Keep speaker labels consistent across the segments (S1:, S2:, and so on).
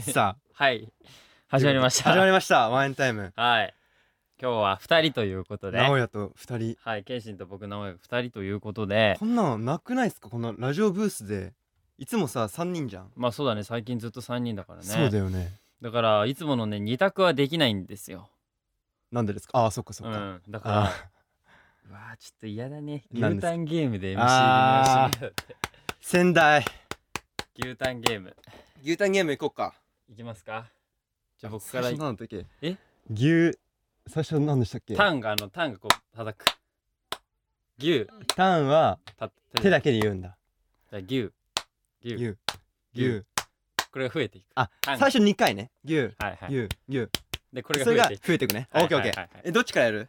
S1: さあ
S2: はい 始まりました
S1: 始まりましたワインタイム
S2: はい今日は二人ということで
S1: 名古屋と二人
S2: はい謙信と僕名古屋二人ということで
S1: こんなのなくないですかこのラジオブースでいつもさ三人じゃん、
S2: まあそうだね最近ずっと三人だからね
S1: そうだよね
S2: だからいつものね二択はできないんですよ
S1: なんでですかああそっかそっか、
S2: うんだから
S1: ああ
S2: うわーちょっと嫌だね
S1: 何
S2: 牛
S1: ですか
S2: タンゲームで MC で
S1: あー
S2: 見直してみようって
S1: 仙台
S2: 牛タンゲーム
S1: 牛タンゲーム行こうか
S2: いきますかじゃあ僕から
S1: 最初何だったっけ
S2: え
S1: 牛最初何でしたっけ
S2: タンがあのタンがこう叩く牛
S1: タンは
S2: た
S1: 手だ
S2: け
S1: けで言うんだ
S2: じゃあ牛牛
S1: 牛
S2: 牛
S1: 牛
S2: これが増えていく
S1: あ
S2: タン
S1: 最初二回ね牛
S2: はいはい
S1: 牛牛
S2: でこれが
S1: そ
S2: 増
S1: れ
S2: え
S1: が
S2: ていく
S1: 増えていくねオ
S2: はい
S1: ッケーオッケ
S2: はいは
S1: ー
S2: いはい
S1: えどっちからやる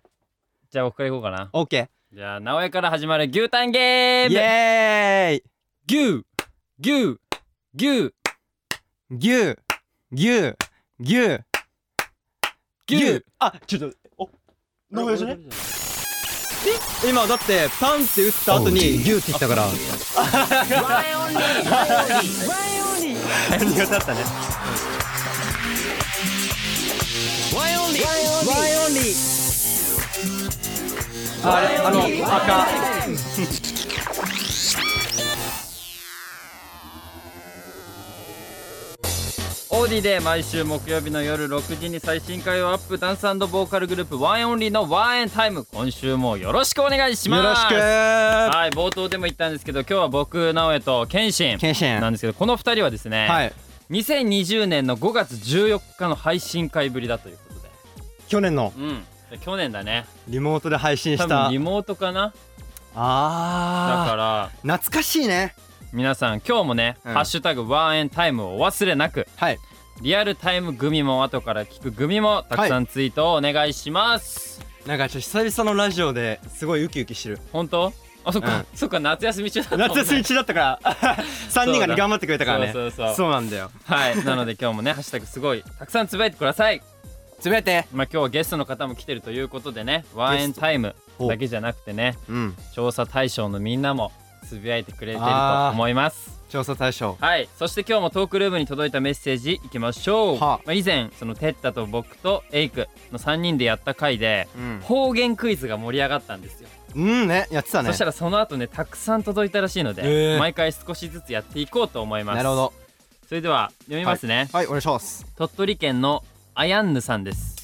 S2: じゃあ僕からいこうかな
S1: オッケ
S2: じゃあ名古屋から始まる牛タンゲー
S1: ーイ
S2: ム
S1: エ
S2: 牛牛牛
S1: ーイ牛牛牛
S2: 牛
S1: あちょっとお名古屋じゃね
S2: ね
S1: 今だってパンって打った後に牛って言ったから何がだったねあれあの赤
S2: オーディで毎週木曜日の夜6時に最新回をアップダンスボーカルグループワンエンオンリーのワンエンタイム今週もよろしくお願いし
S1: よろ
S2: ま
S1: し
S2: す
S1: くー
S2: はい冒頭でも言ったんですけど今日は僕直江と謙信
S1: 謙信
S2: なんですけどこの2人はですね、
S1: はい
S2: 2020年の5月14日の配信会ぶりだということで
S1: 去年の
S2: うんで去年だね
S1: リモートで配信
S2: 多
S1: した
S2: 分リモートかなだ
S1: あ
S2: から
S1: ー懐かしいね
S2: 皆さん今日もね「
S1: うん
S2: ハッシュタグワンエンタイム」をお忘れなく
S1: はい
S2: リアルタイム組も後から聞く組もたくさんツイートをお願いします、
S1: なんかちょっと久々のラジオですごいウキウキしてる
S2: 本当あそっか、
S1: うん
S2: そっか夏休み中だったもんね
S1: 夏休み中だったから 3人が
S2: そうだ
S1: ね頑張ってくれたからね
S2: そうそうそう
S1: そうなんだよ
S2: はいなので今日もね「ハッシュタグすごい」たくさんつぶやいてください
S1: つぶやいて
S2: まあ今日はゲストの方も来てるということでねワンエンタイムだけじゃなくてね
S1: うん
S2: 調査対象のみんなもつぶやいてくれてると
S1: あー
S2: 思います
S1: 調査対象
S2: はいそして今日もトークルームに届いたメッセージいきましょう、
S1: はあ
S2: まあ、以前そのテッタと僕とエイクの3人でやった回で
S1: うん
S2: 方言クイズが盛り上がったんですよ、
S1: うんねやってたね
S2: そしたらその後ねたくさん届いたらしいので、
S1: へえ
S2: 毎回少しずつやっていこうと思います
S1: なるほど
S2: それでは読みますね、
S1: はいお願いします
S2: 鳥取県のあやんぬさんです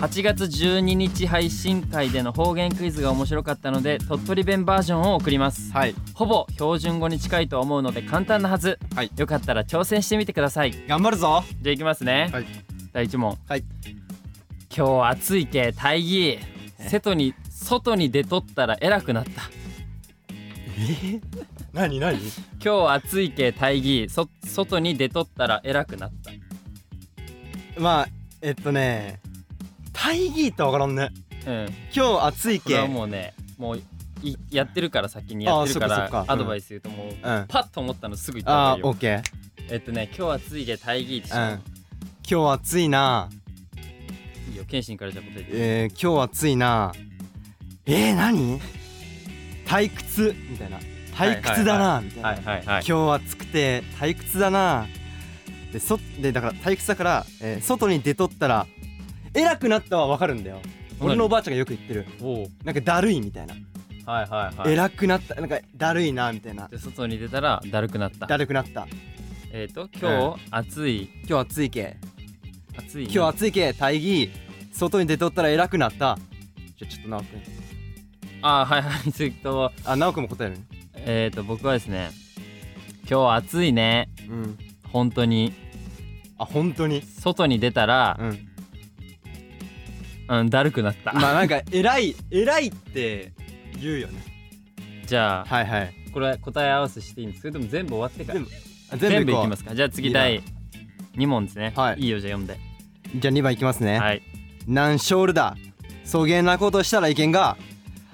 S2: 8月12日配信会での方言クイズが面白かったので鳥取弁バージョンを送ります
S1: はい
S2: ほぼ標準語に近いと思うので簡単なはず、
S1: はい
S2: よかったら挑戦してみてくださいじ
S1: 頑張るぞ
S2: ゃあいきますね、
S1: はい
S2: 第1問
S1: はい
S2: 今日暑いけ大義外に外に出とったら偉くなった
S1: 何何
S2: 今日暑いけ大義そ外に出とったら偉くなった
S1: まあえっとね大義って分からんね
S2: うん
S1: 今日暑い
S2: これ
S1: け
S2: は
S1: ん
S2: もうねもういやってるから先にやってるか
S1: あーそっかそ
S2: ら
S1: っか
S2: アドバイス言うともう、
S1: うんあ
S2: パッと思ったのすぐ言った
S1: あ
S2: 方がいい
S1: オ
S2: よ
S1: ッケ
S2: えっとね今日暑いけ大義ってし
S1: ー
S2: た
S1: うん今日暑いない
S2: いよ謙信からじゃあ答えて
S1: えー、今日暑いなえー、何退屈みたいな退屈だなみたいな、
S2: はいはいはい
S1: 今日暑くて退屈だなでそでだから退屈だから、えー外に出とったら偉くなったは分かるんだよ俺のおばあちゃんがよく言ってる
S2: おう
S1: なんかだるいみたいな、
S2: はいはいはい
S1: 偉くなったなんかだるいなみたいな
S2: で外に出たらだるくなった
S1: だるくなった
S2: えっ、と今日暑い
S1: 今日暑いけ
S2: 暑いね
S1: 今日暑いけ大義外に出とったら偉くなったじゃあちょっと直くん
S2: あはいはい 次と
S1: あ直くんも答えるね
S2: えっ、と僕はですね今日暑いね
S1: うん
S2: 本当に
S1: あ本当に
S2: 外に出たら
S1: う、ん
S2: うん、だるくなった、
S1: まあなんか偉い偉いって言うよね
S2: じゃあ
S1: はいはい
S2: これ答え合わせしていいんですけどでも全部終わってから
S1: 全部あ
S2: 全部
S1: 行
S2: い
S1: こう
S2: きますかじゃあ
S1: い
S2: 次
S1: いな
S2: 第2問ですね
S1: はい
S2: いいよじゃあ読んで
S1: じゃあ2番いきますね
S2: はい
S1: なんしょうるだそげなことしたらいけんが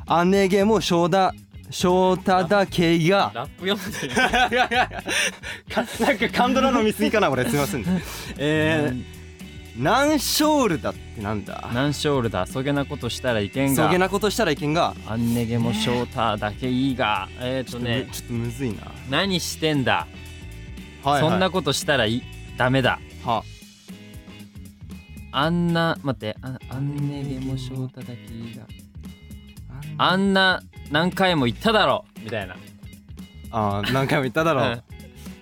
S1: あねげもしょうだしょうただけいが
S2: ラップ読んで
S1: いやいやいやかなんかカンドラ飲みすぎかなこれすいませんえー、なんしょうるだってなんだ
S2: 何ショールだそげなことしたらいけん
S1: そ
S2: が
S1: げなことしたらいけんが
S2: あんねげもショーターだけいいがえっ、
S1: ち
S2: と
S1: ょっとむ
S2: ね
S1: ちょっとむずいな
S2: 何してんだ、
S1: はいはい
S2: そんなことしたらいダメだ
S1: は
S2: あんな待ってああんねげもしょうたたきが
S1: あ
S2: あんな何回も言っただろみたいな
S1: あー何回も言っただ
S2: う
S1: ろ
S2: ん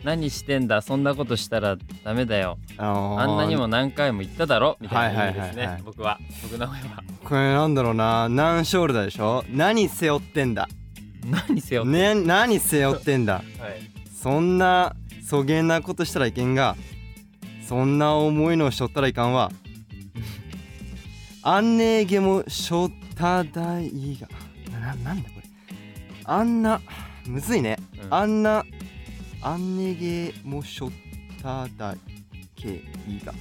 S2: 何してんだそんなことしたらダメだよ
S1: あ
S2: あんなにも何回も言っただろみたいな意味です
S1: はいはいはいは
S2: ね
S1: い
S2: 僕は僕の名前は
S1: これなんだろうな何ショールダーでしょ何背負ってんだ
S2: 何せよ、
S1: ね何背負ってんだ
S2: はい、
S1: そんなそげなことしたらいけんがそんな重いのをしょったらいかんわあんねえげもしょっただいがななんだこれあんなむずいね、
S2: うん
S1: あんなあんねえげもしょっただけいが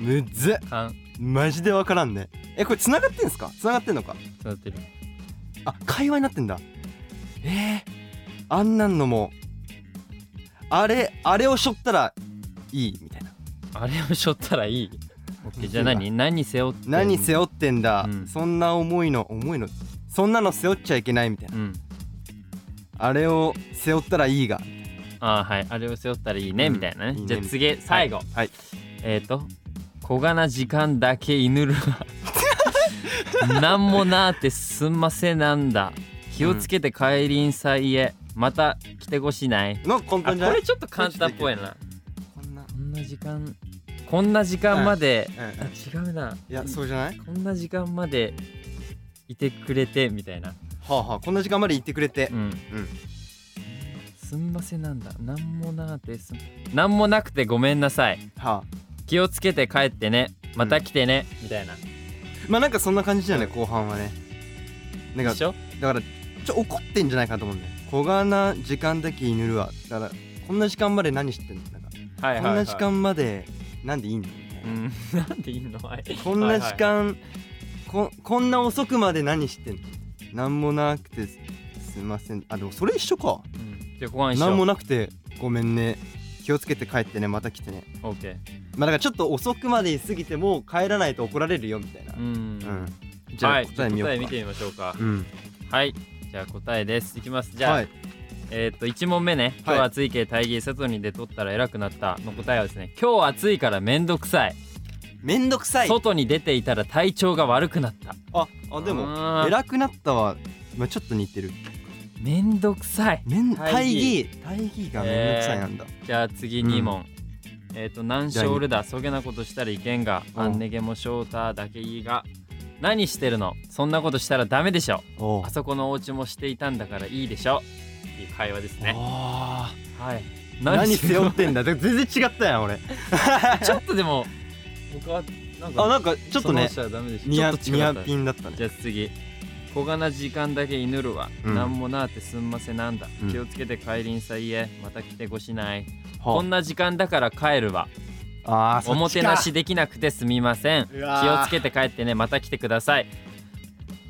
S1: むずっ
S2: かん
S1: マジでわからんねえこれつながってんすかつながってんのか
S2: つなってる
S1: あ会話になってんだえー、あんなんのもあれあれをしょったらいいみたいな
S2: あれをしょったらいい OK じゃあ
S1: そう
S2: 何何背負って
S1: 何背
S2: 負
S1: 負ってんだ、
S2: うん
S1: そんな重いの重いのそんなの背負っちゃいけないみたいな
S2: うん
S1: あれを背負ったらいいが
S2: あーはいあれを背負ったらいいね、
S1: うん
S2: みたいなね
S1: いいね
S2: じゃあ次最後、
S1: はい
S2: えっ、ー、と小がな時間だけ犬 るわなんもなーってすんませなんだ気をつけて帰りんさいえまた来てごしない
S1: の簡
S2: あ
S1: 単じゃ
S2: こ
S1: ない
S2: れちょっと簡単っぽいな
S1: こんな、
S2: こんな時間こんな時間まで、
S1: うんう
S2: あ
S1: ん、い
S2: 違うな
S1: やそうじゃない
S2: こんな時間までいてくれてみたいな
S1: はあはあこんな時間まで言ってくれて
S2: うん、すんませなんだなんもなーってすんなんもなくてごめんなさい
S1: はあ
S2: 気をつけて帰ってねまた来てね、みたいな
S1: まあなんかそんな感じだよね後半はねなんか
S2: でしょ
S1: だからちょ怒ってんじゃないかなと思うんだよ小がな時間だけ犬るわだからこんな時間まで何してんのなんか
S2: はい
S1: こんな時間までなんでいいのみたいな
S2: うん、 なんでいいのはい
S1: こんな時
S2: はいはい
S1: 間ここんな遅くまで何してんのなんもなくてすすいませんあでもそれ一緒か
S2: うんじゃあご飯一緒
S1: なんもなくてごめんね気をつけて帰ってねまた来てね
S2: オッケ
S1: まあだからちょっと遅くまで過ぎてもう帰らないと怒られるよみたいな
S2: ーう
S1: うん、
S2: ん、
S1: じゃ
S2: は
S1: あ
S2: い
S1: 答え見ようか、
S2: 答え見てみましょうか
S1: うん
S2: はいじゃあ答えですいきますじゃあ、
S1: はい、
S2: えーっと1問目ね「今日暑いけ大義外に出とったら偉くなった」の答えはですね「今日暑いからめんどくさい」
S1: めんどくさい
S2: 外に出ていたら体調が悪くなった」
S1: ああでも
S2: も
S1: 偉くなったは、まあ、ちょっと似てる
S2: めんどくさい
S1: めん
S2: 大
S1: 大
S2: 義
S1: 義大義がめんどくさいなんだ、
S2: じゃあ次2問、えっ、と何ショールだそげなことしたらいけんが、
S1: うん
S2: あんねげもショーターだけいいが何してるのそんなことしたらダメでしょ
S1: おう
S2: あそこのお家もしていたんだからいいでしょっていう会話ですね
S1: あ
S2: はい
S1: ー何
S2: して
S1: 背負ってんだだから全然違ったやん俺
S2: ちょっとでも僕はなんか
S1: あなんかちょっとね
S2: その話はダメでしょ
S1: ニ
S2: ち
S1: ア
S2: ょっ
S1: ニ
S2: と違
S1: ア
S2: った
S1: ピンだったね
S2: じゃあ次小がな時間だけ祈るわ、
S1: うん
S2: なんもなあってすんませなんだ、
S1: うん
S2: 気をつけて帰りんさいえまた来てごしない、
S1: は
S2: こんな時間だから帰るわ
S1: ああー
S2: お
S1: そ
S2: も
S1: っち
S2: て
S1: か
S2: なしできなくてすみません気
S1: うわー
S2: をつけて帰ってねまた来てください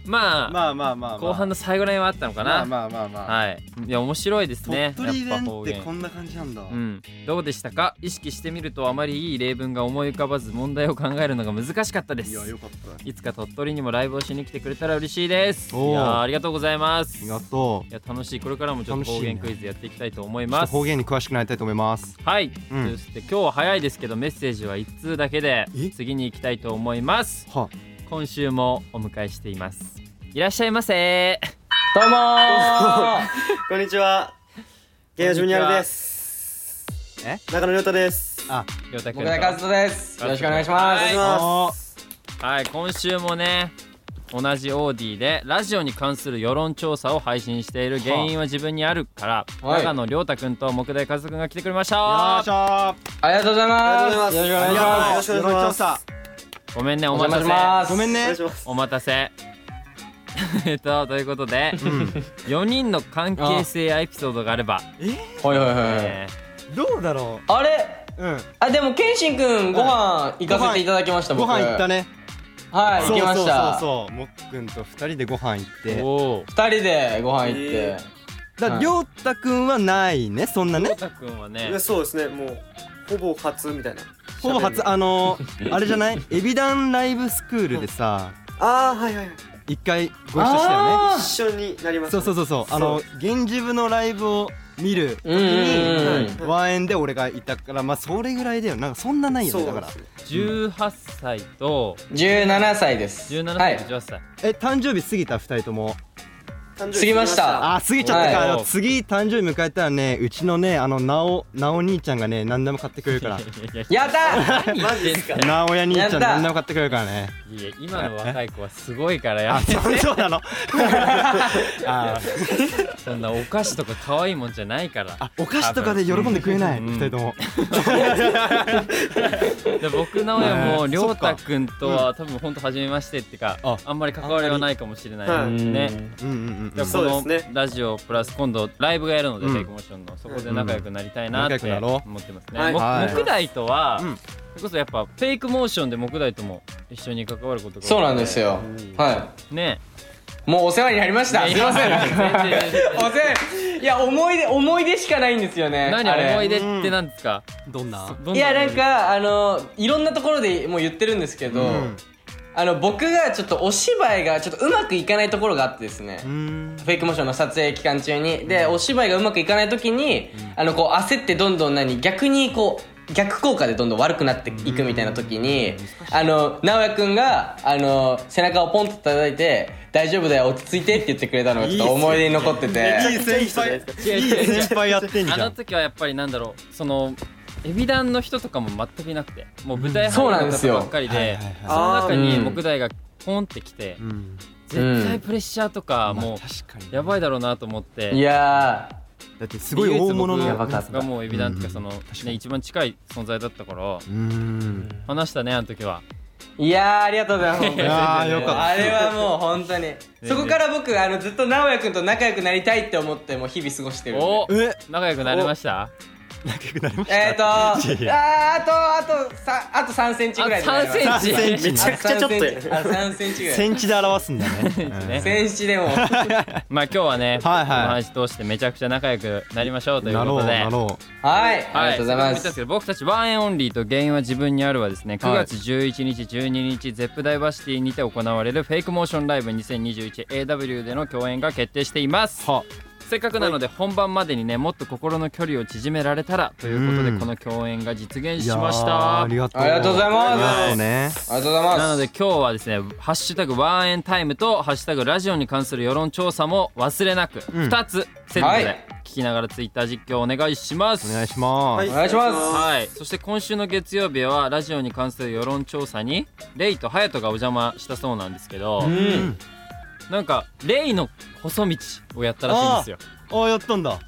S2: まあ、
S1: まあまあまあ、まあ、
S2: 後半の最後らへんはあったのかな、
S1: まあまあまあまあ、
S2: はいいや面白いですね
S1: 鳥取
S2: やっ
S1: 弁
S2: ぱ
S1: っ
S2: 方
S1: てこ
S2: 言
S1: んな感じなんだ、
S2: うん、どうでしたか意識してみるとあまりいい例文が思い浮かばず問題を考えるのが難しかったで
S1: い
S2: す
S1: やよかったあ
S2: いつか鳥取にもライブをしに来てくれたら嬉しいです。い
S1: おー
S2: やーありがとうございます。
S1: りがとう
S2: いや楽しいこれからもちょっと方言クイズやっていきたいと思い
S1: ちょっ
S2: ま
S1: と
S2: す。
S1: 方言に詳しくなりたいと思います
S2: はい、
S1: うん
S2: そして今日は早いですけどメッセージは1通だけで
S1: え
S2: 次に行きたいと思います。
S1: は
S2: 今週もお迎えしています。いらっしゃいませ。
S3: どうも ー
S4: こ
S2: こん
S4: んにちは。
S2: にちは
S4: 芸能ジュニアルです。
S1: え
S4: 中野亮太です。
S1: あ
S2: りょうたくん
S3: 僕
S2: と
S3: 田和人ですよろしくお願いしま
S2: は
S3: す
S2: い
S4: お願いしま
S2: はい、今週もね。同じオーディでラジオに関する世論調査を配信している原因は自分にあるから、
S3: はい
S2: 長野亮太くんと木大和くんが来てくれました
S1: よいしょー
S3: ありがとうござい
S4: ありがとう
S3: ま
S4: ご
S3: す
S4: ざ
S3: よろ
S4: い
S3: しくお
S4: ま
S3: 願いし
S4: す
S3: ます
S4: よろしくお願いします
S2: ごめんね
S3: お
S2: お待
S3: 邪
S2: た
S3: 魔
S2: せ
S3: します
S1: ごめん
S4: お願
S1: ね
S4: いします。
S2: お待たせ えっとということで、4人の関係性やエピソードがあれば
S3: はいはいはい
S2: え
S1: どうだろ
S3: あれ
S1: ううん
S3: あでも健信くんご飯行かせていただきました
S1: ご
S3: 僕
S1: 飯行った
S3: ね
S1: ね
S3: はい行きました
S1: そうそうそうそうもっくんと二人でご飯行って
S2: ー、おお
S3: 二人でご飯行って
S4: え
S1: だから
S3: はい
S1: りょうたくんはないねそんなね
S2: たくんはいね
S4: やそうですね。もうほぼ初みたいな。
S1: ほぼ初あのー、あれじゃないエビダンライブスクールでさ
S4: ああはいはい。
S1: 一回ご一緒したよね
S3: あ
S4: 一緒になりまし
S1: そ
S4: た
S1: う
S4: ね。
S1: そうそうそうあの
S4: そ
S1: 源氏部のライブを見る
S3: うんうんうん
S4: はい
S1: ワンエンで俺がいたからまあそれぐらいだよなんかそんなないよ
S4: そ
S1: ね
S4: う
S1: だか
S4: で
S1: ら
S4: すね
S2: 18歳と
S3: 17歳です
S2: 17
S3: は
S2: 歳と
S3: い
S2: 18歳、
S1: え誕生日過ぎた二人とも
S4: 誕生日
S3: 過ぎました
S1: あー過ぎちゃったか、
S3: はい
S1: あの次誕生日迎えたらねうちのねあのなおなお兄ちゃんがね何でも買ってくれる から
S2: いや
S3: やったー
S4: マジですか
S1: なおや兄ちゃ
S3: やった
S1: ん何でも買ってくれるからね
S2: いや今の若い子はすごいからや
S1: あ
S2: めて
S1: そうそうな のあー
S2: そんなお菓子とか可愛いもんじゃないから
S1: あお菓子とかで喜んで食えない
S2: うん
S1: 二人とも
S2: で僕の親も
S1: えー
S2: りょうたくんとは多分ほんと初めましてっていうか
S1: あ
S2: あんまり関わりはないかもしれな
S4: はいい
S2: ね
S1: うんうんう
S2: で
S1: ん
S2: こ
S4: そう
S2: の
S4: ですね
S2: ラジオプラス今度ライブがやるので
S1: うん
S2: テイクモーションのそこで仲良くなりたいなっ
S1: 仲
S2: て
S1: 良くなろ
S2: 思ってます
S4: は
S2: ね
S4: い
S2: も
S1: はい
S2: 木大とは
S1: うん
S2: それこそやっぱテイクモーションで木大とも一緒に関わることが
S3: そうなんですよは
S2: ね
S3: いもうお世話になりましたすいませ ん
S2: いやいや全然全然
S3: お世話いや思い出思い出しかないんですよね
S2: 何
S3: あれ
S2: 思い出ってなんですか
S1: どんな
S2: ど
S3: いやなん
S2: 思出
S3: かあのいろんなところでもう言ってるんですけど、
S1: うん
S3: あの僕がちょっとお芝居がちょっとうまくいかないところがあってですね、
S1: うーん
S3: フェイクモーションの撮影期間中にで、お芝居がうまくいかない時に、あのこう焦ってどんどん何逆にこう逆効果でどんどん悪くなっていくみたいな時に、あの直哉くんがあの背中をポンと叩いて「大丈夫だよ落ち着いて」って言ってくれたのがちょっと思い出に残ってて
S1: いい先輩
S2: 違う
S1: いい
S2: 違う違う
S1: 先輩やってんじ
S2: あ
S1: ゃ
S2: の
S1: ん
S2: 時はやっぱりなんだろうそのエビダンの人とかも全くいなくてもう舞台
S3: そう
S2: 俳
S3: な
S2: 優
S3: ん
S2: の
S3: です
S2: 方
S3: よ
S2: ばっかり
S1: はい
S2: で
S1: はいはい
S2: その中に
S3: あーうん
S2: 木材がポンってきて
S1: うん
S2: 絶対プレッシャーとかも
S1: まあ確かに
S2: うやばいだろうなと思って
S3: いや
S1: だってすごい大物の
S3: やばかった
S2: がもうエビダンっていうかその
S1: うん確か
S2: ね
S1: に
S2: 一番近い存在だったから
S1: うーん
S2: 話したねあの時は
S3: ーいやーありがとうございます本当に
S1: あーよかった
S3: あれはもう本当にそこから僕あのずっと直哉くんと仲良くなりたいって思ってもう日々過ごしてるんで
S2: お
S1: え
S2: 仲良くなれました
S1: 仲良くなりました
S3: えーとあ
S1: いやい
S3: ーあとあとさあと3センチぐらいでなります
S2: あ3センチ
S1: め
S4: ちゃくちゃちょっとや
S3: あ3センチぐらい
S1: センチで表すんだね
S2: ね
S3: センチでも
S2: まあ今日はねこの
S1: はいはい
S2: 話通してめちゃくちゃ仲良くなりましょう
S1: う
S2: と
S1: ん
S2: いう
S1: なろ
S2: こ
S1: う
S2: とで
S1: なろ
S3: はいあ
S2: は
S3: りがとうござ
S2: 言
S3: いま
S2: ったんです
S3: す
S2: けど僕たちワンエンオンリーと原因は自分にあるはですね9
S1: はい
S2: 月11日12日ゼップダイバーシティにて行われるフェイクモーションライブ 2021AW での共演が決定しています
S1: うは
S2: せっかくなので本番までにねもっと心の距離を縮められたらということ
S1: う
S2: で
S1: ん
S2: この共演が実現
S1: い
S2: し
S1: やー
S2: まし
S1: あ
S2: た
S1: りがとう
S3: ありがとうございます
S1: ありがとうね
S3: ありがとうございます
S2: なので今日はですね「ハッシュタグワンエンタイム」と「ハッシュタグラジオ」に関する世論調査も忘れなく
S1: うん
S2: 2つセット
S3: は
S2: で
S3: い
S2: 聞きながらツイッター実況お願いします
S1: お願いしま
S4: は
S1: す
S3: お願いします
S2: はい、そして今週の月曜日はラジオに関する世論調査にレイとハヤトがお邪魔したそうなんですけど
S3: うん
S2: なんかレイの細道をやったらしいんですよ
S1: あーやったんだ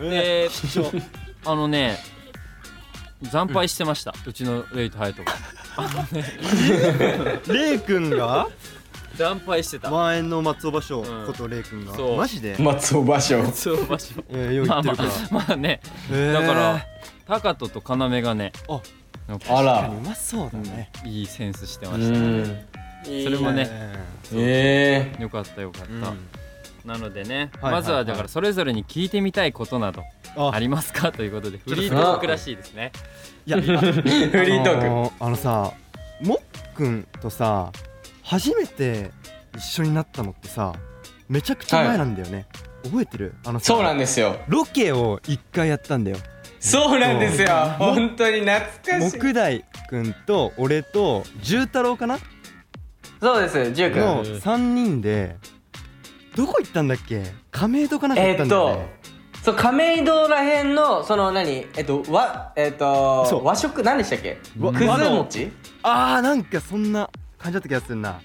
S1: え
S2: であのね惨敗してました、うちのレイとハヤトが
S1: ーレイくんが
S2: 惨敗してた
S1: 万円の松尾芭
S2: うん
S1: 蕉ことレイくんが
S2: そう
S1: マジで
S3: 松尾芭蕉
S2: そう場所
S1: えーよう
S2: ま
S1: 言
S2: あ
S1: って
S2: まあ
S1: るから
S2: まあね
S1: えー
S2: だからタカトとカナメがね
S1: あ
S2: なんか
S1: 確
S3: あ
S1: かにう
S3: ら
S1: まそうだね
S2: いいセンスしてま
S3: う
S2: した、
S3: ん
S2: それもね
S3: え
S2: よかったよかった、
S1: うん
S2: なのでね、
S1: はい
S2: まず
S1: は
S2: はい
S1: は
S2: だ
S1: い
S2: からそれぞれに聞いてみたいことなどあ
S1: あ
S2: りますかということでフリートークらしいですね。
S1: いや フ
S3: ーフリートーク
S1: ークあのさもっくんとさ初めて一緒になったのってさめちゃくちゃ前なんだよね覚えてるあのさ
S3: そうなんですよ
S1: ロケを一回やったんだよ
S3: そうなんですよ本当に懐かしい
S1: 木大くんと俺と重太郎かな
S3: そうですジュウくん
S1: の3人でどこ行ったんだっけ亀戸かなんか行っ
S3: え
S1: た
S3: ーっ
S1: んだよ
S3: と
S1: ね、
S3: そう亀戸らへんのその何えっと和えっ
S1: そ
S3: と
S1: う
S3: 和食何でしたっけ
S1: わ
S3: くず
S1: 和の
S3: 餅
S1: あーなんかそんな感じだった気がするな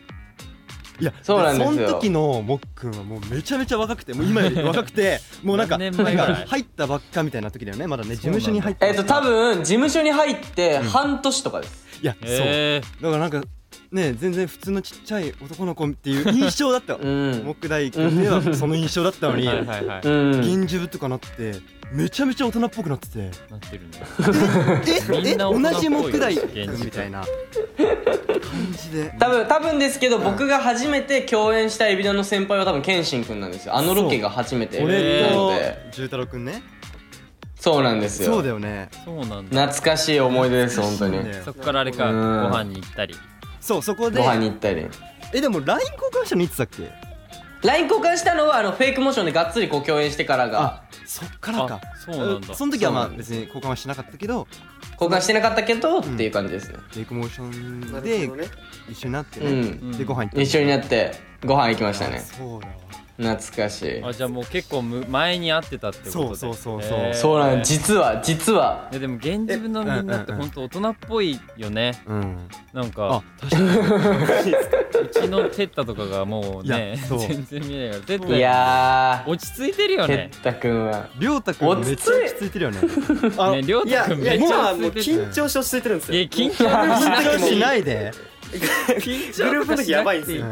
S1: いや
S3: そうなんですよ
S1: その時のもっくんはもうめちゃめちゃ若く てもう今より若くてもうなんか
S2: 何
S1: なん
S2: 年前ぐらい
S1: か入ったばっかみたいな時だよねまだね事
S2: うなんだ
S1: 務所に入った
S3: えっと多分事務所に入って半年とかです
S1: いや、
S2: え
S1: そうだからなんかね全然普通のちっちゃい男の子っていう印象だった
S3: う
S1: も
S3: ん
S1: っくん大君ではその印象だったの
S2: ー、
S1: に
S2: はいはいはい。
S3: うん
S1: 現住とか なってめちゃめちゃ大人っぽくなってて
S2: なってるね。
S1: え
S2: み
S1: え
S2: んな大人っ
S1: 同
S2: ぽい
S1: じ木材
S2: 現住
S1: みたいな感じで
S3: 多分多分ですけど、僕が初めて共演したエビダンの先輩は多分謙信くんなんですよあのロケが初めてなの
S1: 俺と
S3: で
S1: 重太郎くんね
S3: そうなんです
S1: そう
S3: よ
S1: だよね
S2: そうなんだ。
S3: 懐かしい思い出です本当に
S1: そうだよ
S2: そこからあれか、ご
S3: うん
S2: 飯に行ったり。
S1: そうそこで
S3: ご飯に行ったり
S1: えでも LINE 交換したのいつだっけ
S3: LINE 交換したのはあのフェイクモーションでがっつりこう共演してからが
S1: そっからか
S2: あそうなんだ
S1: その時はまあ
S3: そうなんだ
S1: 別に交換はしなかったけど
S3: 交換してなかったけどっていう感じですね
S1: エクモーション
S4: る
S1: で
S4: ほどね
S1: 一緒になって
S3: う
S1: ね、
S3: ん
S2: うん
S1: でご飯行って
S3: 一緒になってご飯行きましたね
S1: そうだわ
S3: 懐かしい
S2: あじゃあもう結構む前に会ってたってことで
S1: そうそうそうそう
S2: へー
S3: そうなん実は実はい
S2: やでも現実のみんなって
S1: えうんうんうん
S2: 本当大人っぽいよね
S1: うん
S2: なん
S1: あ
S2: か うちのテッタとかがもうね
S1: いやそう
S2: 全然見えないからテッタ
S3: いやー
S2: 落ち着いてるよ
S3: て
S2: ね
S3: ったくんは
S1: りょうたくんめっちゃ
S3: 落
S1: 落
S3: ち
S1: ち着いてるよね
S4: あ
S2: ねりょう
S4: い
S2: た
S4: や
S2: くん
S4: い
S2: め
S4: や
S2: っち
S4: 今
S2: ゃ
S4: はもう
S2: 落ち着いて
S4: 緊張して落ち着いてるんです
S2: るいや
S4: よ
S2: 緊張
S1: 緊張
S4: し
S1: し
S4: な
S1: ないで、
S2: 緊
S4: グループの時やばいんです
S1: うん
S4: よ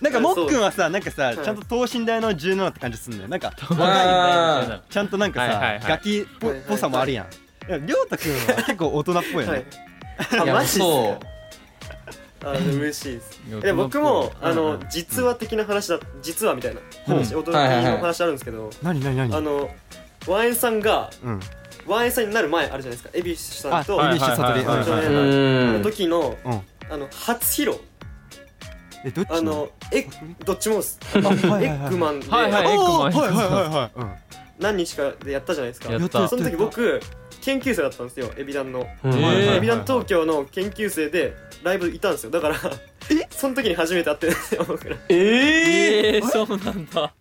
S1: なんかもっくんはさなんかさ
S4: い
S1: ちゃんと等身大の17って感じすんだよなんか
S3: あー
S1: ちゃんとなんかさ、
S2: はいはいはい
S1: ガキっぽ
S4: はいはいはい
S1: ぽさもあるやんいやりょうたくんは結構大人っぽいよね、
S4: はい
S3: いや
S4: あマジっす
S3: そ
S4: か
S3: う
S4: あ嬉しいです
S2: いや
S4: で僕もあ
S1: う
S4: の
S1: ん
S4: 実話的な話だ実話みたいな話
S1: うん
S4: 驚きの話あるんですけど
S1: 何何何
S4: あのワンエンさんが
S1: うん
S4: ワンエンさんになる前あるじゃないですかエビシュさんと
S1: あ
S2: は
S1: エ
S2: い
S1: ビシュ
S2: はいはい
S1: サトリ
S4: はいうは
S3: ー
S4: の
S3: ん
S4: 時の
S1: うん
S4: あの初披露
S1: えどっち
S4: あのえどっちもですエ
S1: あはいはいはい
S4: ッグマンで
S2: はいはいエッグマン
S1: あーはいはいはいはい
S4: 何日かでやったじゃないですか
S2: やっ
S1: や
S2: た
S1: っ
S4: その時僕研究生だったんですよエビダンの
S3: うん
S2: えー
S4: エビダン東京の研究生でライブいたんですよだからその時に初めて会ってるんですよ僕ら
S3: ええ
S2: えーそうなんだ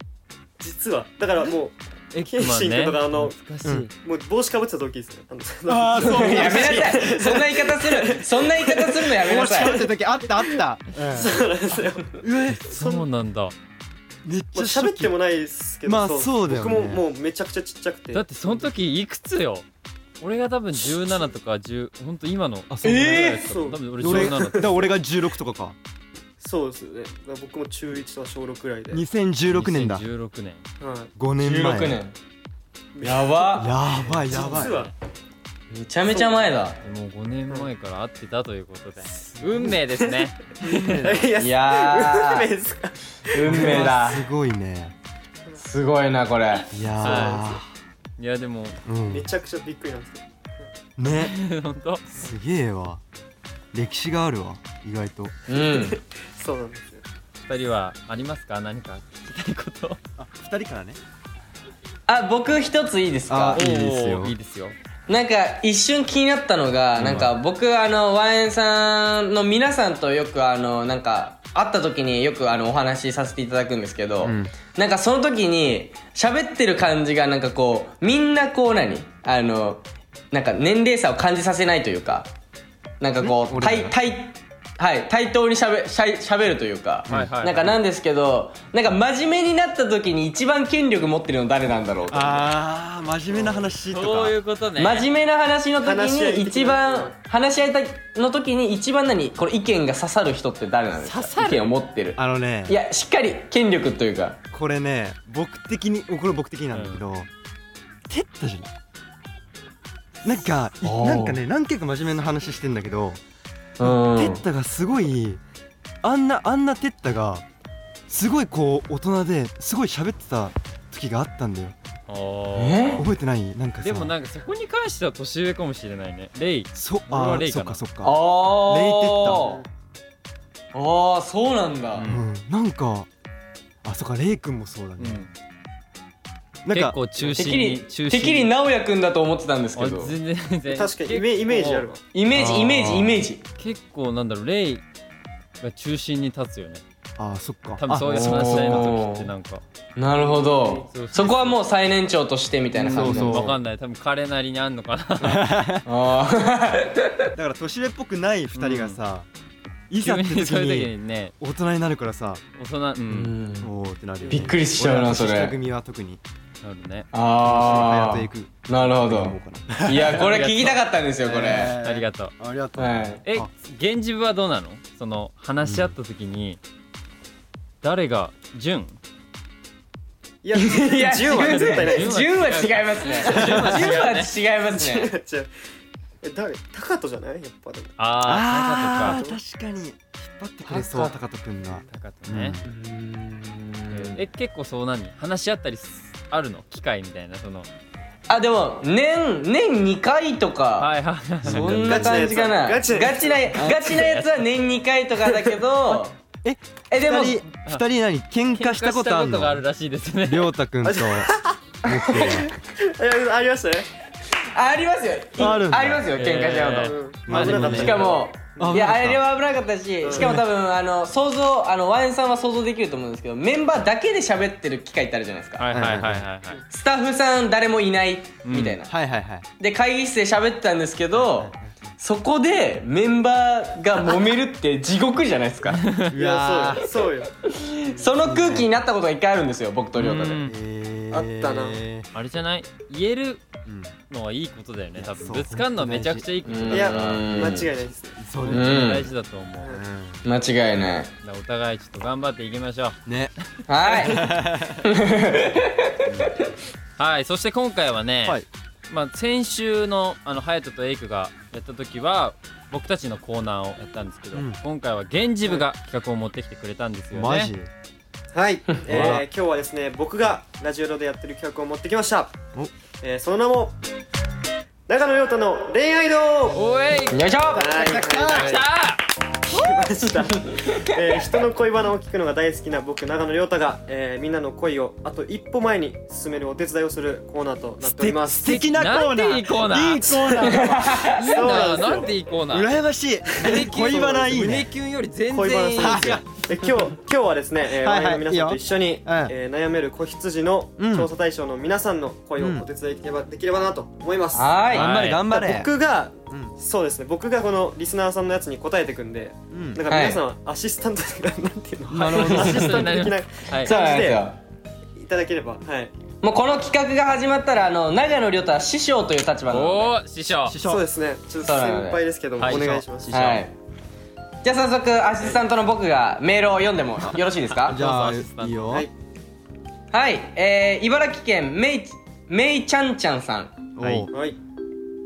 S4: 実はだからも
S2: エ
S4: う謙信君とかあの
S2: 難し
S1: う
S2: い
S1: ん
S4: もう帽子かぶってた時ですねあの
S1: あーそう
S3: やめなさいそんな言い方するそんな言い方するのやめな
S1: 面
S3: さ
S1: 白い
S3: い
S1: って時あったあった
S4: そうなんですよ
S1: うえそん
S2: そうなんだ
S1: めっ
S4: もう
S1: ちゃ
S4: 喋ってもないですけど
S1: まあそうだよね
S4: 僕ももうめちゃくちゃちっちゃくて
S2: だってその時いくつよ俺が多分17とか10ほんと今の
S1: あそうなんだ
S4: えー
S2: 多分俺
S1: 俺
S2: 17
S1: だから俺が16とかか
S4: そうですよねだから僕も中1とか小6くらいで、はい、
S1: 2016年だ
S2: 16年
S1: 5年前
S3: 16年やば
S1: やばい
S4: 実
S1: やばい
S4: は
S3: めちゃめちゃ前だ
S2: もう5年前から会ってたということで運命ですね
S4: いや
S3: いや
S4: 運命
S3: ー
S4: ですか
S3: 運命だ
S1: すごいね
S3: すごいなこれ
S1: いや
S2: いやでも
S1: ーうん
S4: めちゃくちゃびっくりなんですよ
S1: ね
S2: 本当
S1: すげえわ歴史があるわ意外と
S3: うん
S4: そうなんですよ
S2: 二人はありますか何か聞きたいこと
S1: あ2人からね
S3: あ僕一ついいですか
S1: あいいですよ
S2: おーいいですよ
S3: なんか一瞬気になったのが、なんか僕あのワンエンさんの皆さんとよくあのなんか会った時によくあのお話しさせていただくんですけど、
S1: ん
S3: なんかその時に喋ってる感じがなんかこうみんなこう何あのなんか年齢差を感じさせないというかなんかこう
S1: 俺ら
S3: 対対はい対等にしゃべしゃしゃべるというか、
S2: はいはいはい
S3: なんかなんですけどなんか真面目になった時に一番権力持ってるの誰なんだろうと
S1: あー真面目な話とか
S2: そういうことね
S3: 真面目な話の時
S4: 話し合い
S3: に
S4: 的な
S3: 一番話し合いたいの時に一番何これ意見が刺さる人って誰なんですか
S2: 刺さる
S3: 意見を持ってる
S1: あのね
S3: いやしっかり権力というか
S1: これね僕的にこれ僕的になんだけど、テッタじゃないなんかい
S3: おー
S1: なんかね何回か真面目な話してんだけど、
S3: う
S1: テ
S3: ん
S1: ッタがすごいあんなあんなテッタがすごいこう大人ですごい喋ってた時があったんだよ
S2: おー
S3: え
S1: 覚えてないなんかさ
S2: でもなんかそこに関しては年上かもしれないねレイ
S1: そ
S2: 俺は
S1: あ
S2: レイ
S1: ー
S2: か
S1: そ
S2: な
S1: っかそっか
S3: あ
S1: レイテ
S3: ー
S1: ッ
S3: ああそうなんだ、
S2: うん
S1: うんなんかあそっかレイくんもそうだ
S2: う
S1: ね、
S2: ん
S1: なん
S2: 結
S1: か
S2: 構中
S3: て
S2: 心
S3: っきり
S2: に
S3: て
S2: 中心
S3: っきり直哉君だと思ってたんですけ
S2: あ
S3: ど
S2: 全然全然
S4: 確かにイメイメージあるわ
S3: イメー
S2: あ
S3: ジ
S2: ー
S3: イメージイメージ
S2: 結構なんだろうレイが中心に立つよね
S1: あーそっか
S2: 多分そういう
S1: あ
S2: 話し合いの時ってなんか
S3: なるほど
S2: そうそう
S3: そこはもう最年長としてみたいな感じなん
S1: そう
S3: です
S1: そう
S2: わかんない多分彼なりにあんのかな
S3: あー
S1: だから年上っぽくない二人がさ、い
S2: 急
S1: ざって
S2: に
S1: 時
S2: そういう時
S1: に
S2: にね
S1: 大人になるからさ
S2: 大人う
S3: うんん
S1: おーってなるよ、ね、
S3: びっくりしちゃうな
S1: 俺ら
S3: それ
S1: 年下組は特に
S2: なるね
S3: あ
S1: 隼
S3: あ
S1: 人行く
S3: なるほど
S1: 行こうか
S3: いやこれ聞きたかったんですよこれ
S1: えー
S2: ありがとう
S1: なありがとう、
S3: はい
S2: え
S1: あ
S2: 現実はどうなのその話し合った時に誰が純
S4: いや10は絶対ない
S2: や
S4: 違う
S3: 純は違いますね純は違いますね
S4: 違うえ誰タカトじゃないやっぱでも
S2: ああ
S1: あー確かに引っ張ってくれそう高人くんが
S2: 高とね
S1: う
S2: え結構そう何話し合ったりすあるの機会みたいなその
S3: あでも年年2回とか
S2: はいはいはい
S3: そんな感じかなガ
S4: ガ
S3: チ
S4: チ
S3: なガ
S4: なや
S3: チなやつは年2回とかだけど
S1: え
S3: えでも
S1: 二人二人何喧嘩したことある
S2: 喧嘩したことがあ
S1: の
S2: るらしいですね
S1: りょうたくんと
S4: やありましたね
S3: ありますよい
S1: あるんだ
S3: ありますよ喧嘩しちゃう
S2: え
S3: と、
S4: うん
S2: まあ
S4: 危なか
S2: でも
S4: っ
S2: ね
S4: た
S3: しかも
S1: あ
S3: いや
S1: 危なかった
S3: あれは危なかったししかも多分あの想像あのワンエンさんは想像できると思うんですけどメンバーだけで喋ってる機会ってあるじゃないですか、
S2: はいはいはいはいはい
S3: スタッフさん誰もいないみたいな、
S1: はいはいはい
S3: で会議室で喋ってたんですけどそこでメンバーが揉めるって地獄じゃないですか
S4: いやそうよそうよ
S3: その空気になったことが一回あるんですよ僕と亮太
S2: う
S3: で
S2: ん
S1: え
S4: あったな
S2: あれじゃない言える
S1: うん
S2: のはいいことだよね多分
S1: そう
S2: ぶつかんのはめちゃくちゃいいことだ
S3: う
S2: よ
S3: ん
S4: いや
S3: うん
S4: 間違いないですね
S1: そううんだね
S2: 大事だと思うだか
S3: 間違いない
S2: らお互いちょっと頑張っていきましょう
S1: ね
S3: はい
S2: はいそして今回はね、
S1: はい
S2: まあ、先週のあの隼人とエイクがやった時は僕たちのコーナーをやったんですけど、
S1: うん
S2: 今回は源氏部が企画を持ってきてくれたんですよね
S1: マジ
S4: はい、えー、今日はですね僕がラジオでやってる企画を持ってきました
S1: お、
S4: えー、その名も中野亮太の恋愛道
S2: おい来
S3: よいしょ
S4: はい来
S2: た
S4: ました、えー、人の恋バナを聞くのが大好きな僕長野亮太が、えー、みんなの恋をあと一歩前に進めるお手伝いをするコーナーとなっております
S1: 素敵なコ
S2: な
S1: ーナー
S2: んていいコーナー
S1: いいコーナー
S4: そうなんですよ
S2: なんていいコーナー
S1: 羨ましい恋バナいい
S2: 胸
S1: ね
S2: キュンより全
S4: 恋バナ
S2: 然いい
S4: さん
S2: ですよ
S4: で今日今日はですね、えー、
S1: はいはい
S4: ワインの皆さんと一緒に、
S1: ようん
S4: えー悩める子羊の
S1: うん
S4: 調査対象の皆さんの恋を
S1: うん
S4: お手伝いできれば,、できればなと思います。
S3: は
S2: はい
S3: い
S1: 頑張れ頑張れ
S4: 僕が
S1: うん
S4: そうですね僕がこのリスナーさんのやつに答えてくんで、
S1: うん
S4: だから皆さんはアシスタント 的な、なんていうの
S1: なるほど
S4: アシスタント的な
S2: はい
S3: そうなんですよ
S4: いただければはい
S3: もうこの企画が始まったらあの長野亮太は師匠という立場なの
S2: おー師匠
S1: 師匠
S4: そうですねちょっと
S3: そうなので
S4: 先輩ですけども、
S2: はい
S4: お願いします
S1: 師
S3: で、
S1: 匠
S3: はい、じゃあ早速アシスタントの僕がメールを読んでもよろしいですか
S1: じゃ
S2: ど
S1: あ
S2: うぞアシスタント
S1: いいよ
S4: はい
S3: はい、えー、茨城県めいめいちゃんちゃんさん
S1: はい
S4: はい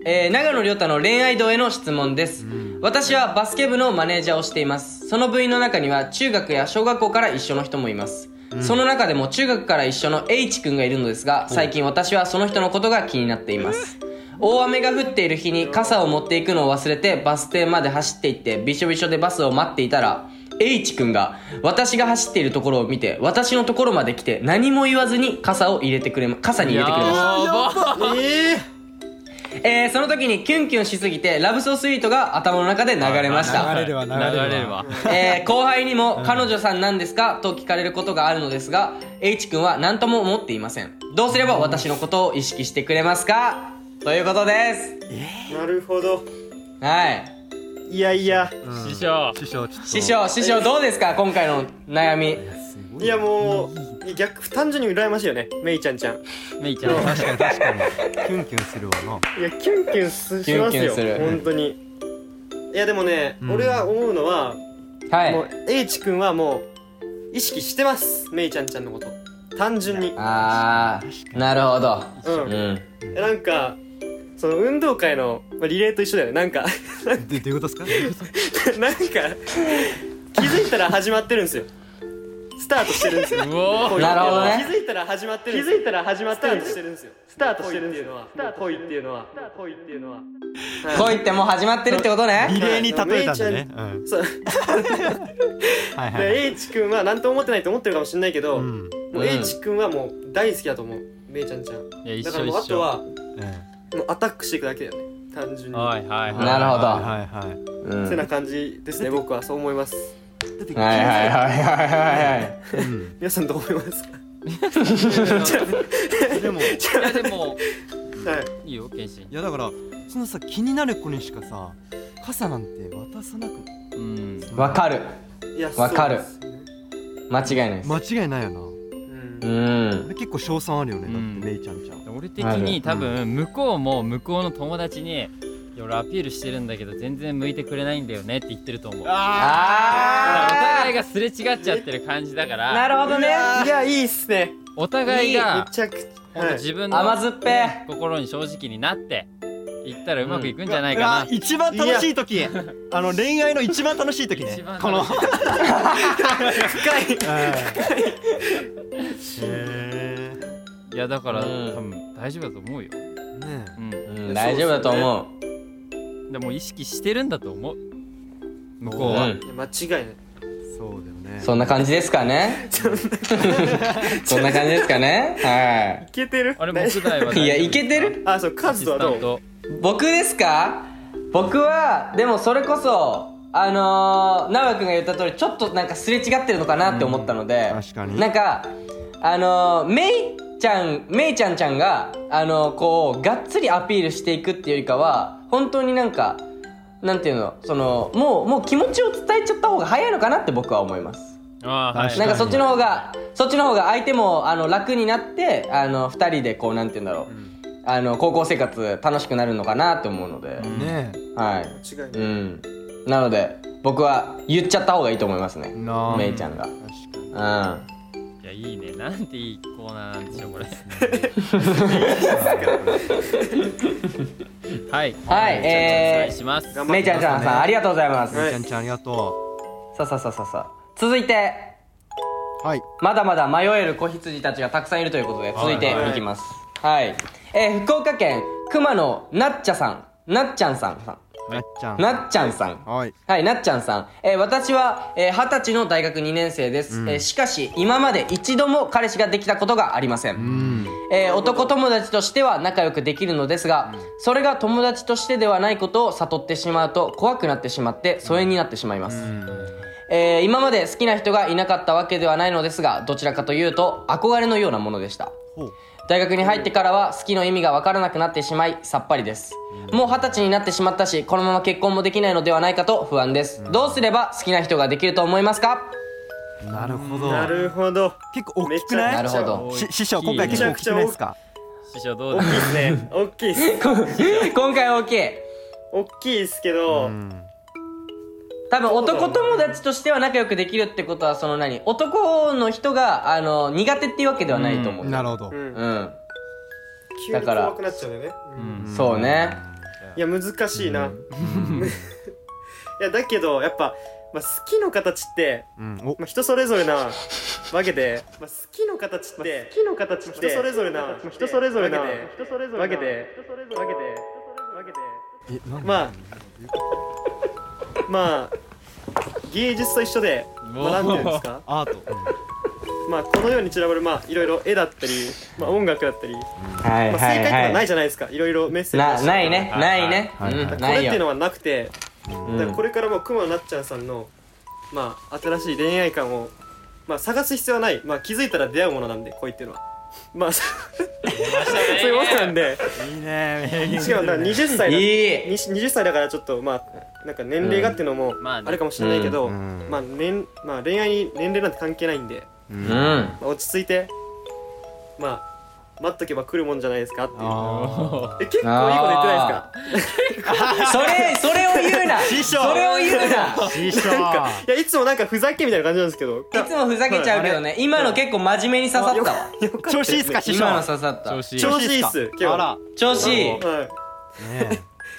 S3: えー、長野亮太の恋愛道への質問です、
S1: ん
S3: 私はバスケ部のマネージャーをしていますその部員の中には中学や小学校から一緒の人もいます、その中でも中学から一緒の H 君がいるのですが最近私はその人のことが気になっています大雨が降っている日に傘を持っていくのを忘れてバス停まで走っていってびしょびしょでバスを待っていたら H 君が私が走っているところを見て私のところまで来て何も言わずに傘を入れてくれま傘に入れてくれました
S2: ば
S4: え
S3: えー、その時にキュンキュンしすぎて「ラブソースイート」が頭の中で流れました
S1: 流れるわ流れるわ
S2: 流れるわ
S3: えー後輩にも「彼女さんなんですか?」と聞かれることがあるのですが H 君は何とも思っていませんどうすれば私のことを意識してくれますかということです
S4: ー、なるほど
S3: はい
S4: いやいや、
S1: うん
S2: 師匠
S1: 師匠ちょっと
S3: 師匠師匠どうですか今回の悩み
S4: いやもう逆単純に羨ましいよねめいちゃんちゃん
S2: めいちゃん
S1: 確かに確かにキュンキュンするわ
S4: いやキュンキュンすしま
S3: キュ
S4: す
S3: ンキュン
S4: よ
S3: する
S4: 本当にいやでもね、
S1: うん
S4: 俺は思うのは、
S3: はい
S4: もう H 君はもう意識してますめいちゃんちゃんのこと単純に
S3: あーなるほどうん
S4: う
S3: ん
S4: えなんかその運動会の、まあ、リレーと一緒だよねなんか
S1: なでどういうことですか
S4: なんか気づいたら始まってるんですよスタートしてるんですよ
S2: うおー
S4: 恋っていうの
S3: な
S4: は
S3: るほどね
S4: 気づいたら始まってる気づいたら始まってるスタートしてるんですよスタートしてるんですよ恋っていうのは恋っていうのは
S3: 恋ってもう始まってるってことね
S1: リレーに例えたんだねうん
S4: そう
S1: はいはいはい
S4: で H 君は何とも思ってないと思ってるかもしれないけど、
S1: うん
S4: もう
S3: うん
S4: H 君はもう大好きだと思うめいちゃんちゃん
S2: いや一
S4: だから
S2: 緒
S4: もうあ
S2: 一
S4: と
S2: 緒
S4: は
S1: うん
S4: もうアタックしていくだけだよね単純に
S2: はいはいはい
S3: なるほど
S1: はいはいはい
S3: うん
S4: てな感じですね僕はそう思います
S1: だって
S3: はいはいはいはいはいはい
S1: うん
S4: 皆さんどう 思いますか
S1: でもい
S2: いやでも
S4: はい
S2: いいよ謙信
S1: やだからそのさ気になる子にしかさ傘なんて渡さなく
S2: うん
S3: わかる
S4: いや
S3: わかる
S4: そうですね
S3: 間違いないです
S1: 間違いないよな
S4: うん
S3: うん
S1: 俺結構賞賛あるよねだ
S2: うん
S1: ってめいちゃんちゃん
S2: 俺的
S3: あ
S2: に
S3: る
S2: 多分向こうも向こうの友達に「いや俺アピールしてるんだけど全然向いてくれないんだよね」って言ってると思うだからお
S3: あ
S2: 互いがすれ違っちゃってる感じだか
S3: あな
S2: ら
S3: るほどね
S4: いやいいっすね
S2: お互い
S4: め
S2: が
S4: ちゃくちゃ
S2: ほんと
S4: はい
S2: 自分
S3: 甘
S2: の
S3: 酸っぱい
S2: 心に正直になって言ったらうまくいくんじゃないか
S1: うわ一番楽しい時あの恋愛の一番楽しい時
S2: な
S1: ね
S2: 一番
S1: この
S2: 楽しい
S4: 深い
S1: 深いへ
S2: いやだから多
S3: うん
S2: 分大丈夫だと思うよ
S1: ーね
S2: うん
S3: うん大丈夫だと思う
S2: でも意識してるんだと思う向こう
S3: う
S2: は
S3: ん
S4: いや間違いない
S1: そうだよね
S3: そんな感じですかね そんな感じですかねはい
S4: けてる
S2: あれ木材はい
S3: いやいけてる
S4: あそうカ
S2: アシス
S4: ズとは
S2: タ
S4: ど
S2: ン
S4: う
S2: ト
S3: 僕ですか僕はでもそれこそあのー、直哉君が言った通りちょっとなんかすれ違ってるのかなって思ったので、
S1: うん確かに
S3: なんかあのー、めいちゃんめいちゃんちゃんがあのー、こうがっつりアピールしていくっていうよりかは本当になんかなんていうのそのもうもう気持ちを伝えちゃった方が早いのかなって僕は思います
S2: あーはい
S3: なんかそっちの方がそっちの方が相手もあの楽になってあの2人でこうなんて言うんだろう、あの高校生活楽しくなるのかなって思うので、
S1: ね
S3: はい
S4: 違いない、
S3: うんなので僕は言っちゃった方がいいと思います
S1: え
S3: ね
S1: なあ
S3: めいちゃんが
S1: 確かに
S3: う
S2: いやいいねなんていいコーナーなんでしょう これはい
S3: はい
S2: じゃあ
S3: えー
S2: お願いします
S4: 頑
S3: んめ
S4: 張っ
S3: いち
S4: て
S3: ゃんちゃんさんありがとうございます、
S1: めいちゃんちゃんありがと
S3: さあさあさあさあさあ続いて
S1: うはい
S3: まだまだ迷える子羊たちがたくさんいるということで続いていきますはい、えー福岡県熊野なっちゃさんなっちゃんさんさ
S1: なっちゃん
S3: んなっちゃんさん
S1: はい
S3: はい、なっちゃんさん。えー私は、えー二十歳の大学2年生です、えーしかし、今まで一度も彼氏ができたことがありません。
S1: うん
S3: えー男友達としては仲良くできるのですが、それが友達としてではないことを悟ってしまうと怖くなってしまって疎遠になってしまいます、えー今まで好きな人がいなかったわけではないのですがどちらかというと憧れのようなものでした
S1: ほう
S3: 大学に入ってからは好きの意味が分からなくなってしまいさっぱりですもう二十歳になってしまったしこのまま結婚もできないのではないかと不安ですどうすれば好きな人ができると思いますか
S1: なるほど
S4: なるほど
S1: 結構大きくない
S3: なるほど
S1: し師匠今回結構大きくないですか
S2: 師匠どう
S4: 大
S2: だ
S4: きいですね大きいっす
S3: 今回大きい
S4: 大きいですけど、
S1: うん
S3: 多分男友達としては仲良くできるってことはその何男の人があの苦手っていうわけではないと思う、うん
S1: なるほど
S4: うん急
S3: だ
S4: に
S3: から
S4: 怖くなっちゃうよね、
S2: うん
S3: そうね
S4: いや難 しいな、いやだけどやっぱ、まあ、好きの形って、
S1: うんお
S4: まあ、人それぞれなわけで、まあ、好きの形って、好きの形って人それぞれな、まあ、人それぞれなわけで人それぞれなわけでわけでわけで
S1: えなん
S4: まあまあ芸術と一緒で、まあ、なんていうんですか
S1: アート
S4: まあこのように散らばるまあいろいろ絵だったり、まあ、音楽だったり、ま
S3: は
S4: あ、
S3: い
S4: 正解とかない
S3: い
S4: じゃないですかいろいろメッセージだ
S3: な
S4: し
S3: ないね
S2: はい
S3: ないね、
S1: はいはい
S3: うん、
S4: こ
S3: な
S4: れっ
S3: い
S4: て
S3: よ
S4: いうのはなくて
S3: うん
S4: だからこれからもくまなっちゃんさんの、まあ、新しい恋愛観を、まあ、探す必要はない、まあ、気づいたら出会うものなんで恋っていうのは。まあ、そそういうものなんで
S1: いいね
S4: しかもだから20歳だ
S3: いい
S4: に20歳だからちょっとまあなんか年齢がっていうのも
S2: んまあ
S4: あ
S2: ね
S4: るかもしれないけど、
S1: うんうん
S4: まあ年まあ、恋愛に年齢なんて関係ないんで、
S1: うん
S3: うん
S4: まあ、落ち着いてまあ待っとけば来るもんじゃないですかっていう
S1: あ
S4: え結構いいこと言ってないですか
S3: それそれを言うな
S1: 師匠
S3: それを言うな
S1: ー師匠
S4: なんかいやいつもなんかふざけみたいな感じなんですけど
S3: いつもふざけちゃうけどね今の結構真面目に刺さったわ
S1: 調子いいっすか師匠
S3: 今の刺さった
S2: 調子いい
S4: 調
S2: 師
S4: 子いいっす今日
S1: あら
S3: 調子いい
S4: はい
S1: ね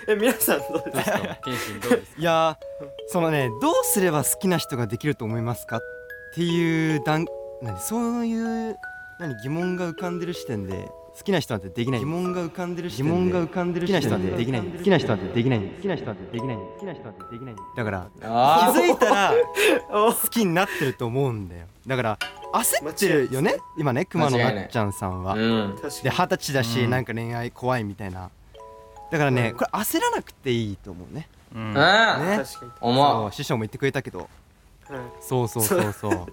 S4: え皆さんどうですか
S2: 匠謙信どうですか
S1: えいやーそのねどうすれば好きな人ができると思いますかっていう段何そういう何疑問が浮かんでる視点で好きな人なんてできない疑問が浮かんでる視点で疑問が浮かんでる好きな人なんてできない好きな人なんてできない好きな人なんてできない好きな人なんてできないだから
S3: あ
S1: 気づいたら
S4: お
S1: 好きになってると思うんだよだから焦ってるよね今ね熊野
S3: 間違
S1: ない
S3: ない
S1: っちゃんさんは
S3: うん
S4: 確
S1: で
S4: か
S1: 二十歳だし、
S2: うん
S1: なんか恋愛怖いみたいなだからね、
S4: うん
S1: これ焦らなくていいと思うね
S2: う
S3: うん
S2: は
S3: ん
S4: に
S1: ね
S4: 確か
S1: そ
S3: 思
S1: う師匠も言ってくれたけど
S4: に、はい、
S1: そうそうそうそう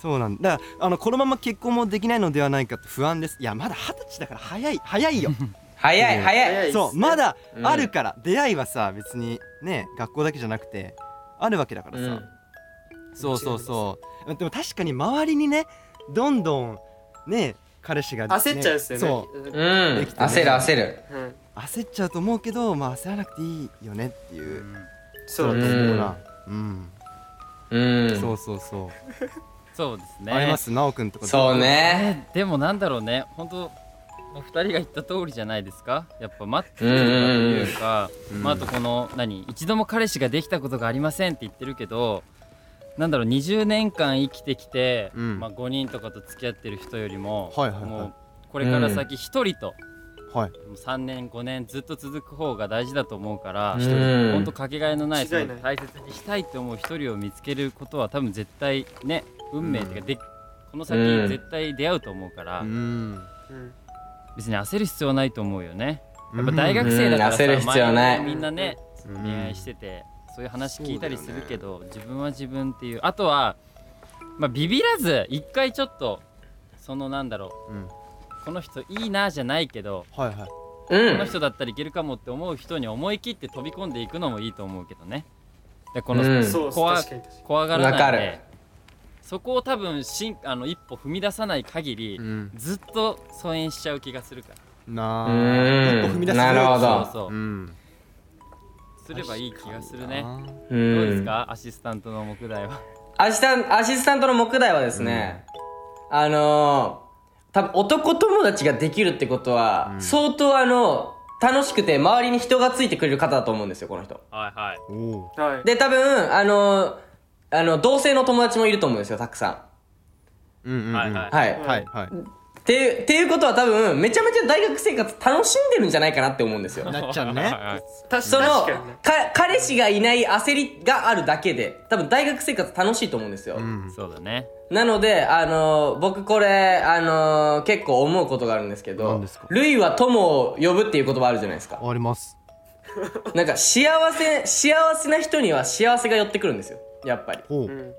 S1: そうなんだだからあのこのまま結婚もできないのではないかと不安ですいやまだ二十歳だから早い早いよ
S3: う早
S1: う
S3: い
S1: ん
S3: 早い
S4: 早いっすね
S1: そうまだあるから、出会いはさ別にね学校だけじゃなくてあるわけだからさ、
S3: うん
S1: そうそうそうでも確かに周りにねどんどんね彼氏が、ね、
S4: 焦っちゃうんですよね
S1: そう
S3: うん
S4: ん
S1: できてね
S3: 焦る焦る
S4: はい
S1: 焦っちゃうと思うけどまあ焦らなくていいよねっていう、
S4: そう
S1: う
S4: です
S3: ん
S1: ほらうん、
S3: うん
S1: そうそうそう、
S2: そうですね
S1: あります奈くんとか
S3: そうね
S2: えでもなんだろうね本当お二人が言った通りじゃないですかやっぱ待って
S3: うん
S2: る
S3: うん
S2: と
S3: うん
S2: いうか、
S1: うん
S2: まあ、あとこの何一度も彼氏ができたことがありませんって言ってるけどなんだろう20年間生きてきて、
S1: うん
S2: まあ、5人とかと付き合ってる人よりも、
S1: はいはいはい
S2: もうこれから先一人と
S1: はい
S2: 3年5年ずっと続く方が大事だと思うから
S3: うん
S2: 一人ほんとかけがえのないそ
S4: 違い
S2: の
S4: な
S2: 大
S4: い
S2: 切にしたいと思う一人を見つけることは多分絶対ね運命っていうかでこの先
S3: うん
S2: 絶対出会うと思うから
S1: ん
S4: うん
S2: 別に焦る必要はないと思うよね
S1: や
S2: やっぱ大学生だからさ
S3: うん焦る必要はない
S2: 周りのみんなね
S1: うん
S2: 恋愛しててそういう話聞いたりするけど、自分は自分っていうあとは、まあ、ビビらず一回ちょっとそのなんだろ
S1: うん
S2: うこの人いいなじゃないけど
S1: はいはい
S3: うん
S2: この人だったらいけるかもって思う人に思い切って飛び込んでいくのもいいと思うけどねでこの、
S3: うん
S4: そう
S2: 怖
S4: 確かに確かに
S2: 怖がらない
S3: わかる
S2: でそこを多分しんあの一歩踏み出さない限り、
S1: うん
S2: ずっと疎遠しちゃう気がするか
S1: な
S3: う
S1: あ一歩踏み
S3: ん
S1: 出す
S3: なるほ
S2: ら
S3: ど
S2: そうそう、
S1: ん
S2: すればいい気がするね
S3: う
S2: ど
S3: ん
S2: うですか、アシスタントの目題は。
S3: アシスタンアシスタントの目題はですね、あのー、多分男友達ができるってことは、相当あの楽しくて周りに人がついてくれる方だと思うんですよこの人
S2: はいはい。
S1: おお
S4: はい
S3: で多分あのー、あの同性の友達もいると思うんですよたくさ
S1: ーうんうんうん
S2: はいはい
S3: んはい、
S1: いはいはい
S3: っていうっていうことは多分めちゃめちゃ大学生活楽しんでるんじゃないかなって思うんですよ
S1: なっちゃん
S2: はい
S1: ね
S2: はい
S4: 確
S3: その
S4: 確
S3: か
S4: かにね
S3: 彼氏がいない焦りがあるだけで多分大学生活楽しいと思うんですよ、
S1: うん
S2: そうだね。
S3: なので、あのー僕これ、あのー結構思うことがあるんですけど
S1: 何ですか、
S3: ルイは友を呼ぶっていう言葉あるじゃないですか。
S1: あります
S3: なんか幸せ、幸せな人には幸せが寄ってくるんですよ。やっぱり。
S1: ほう
S4: う
S1: ん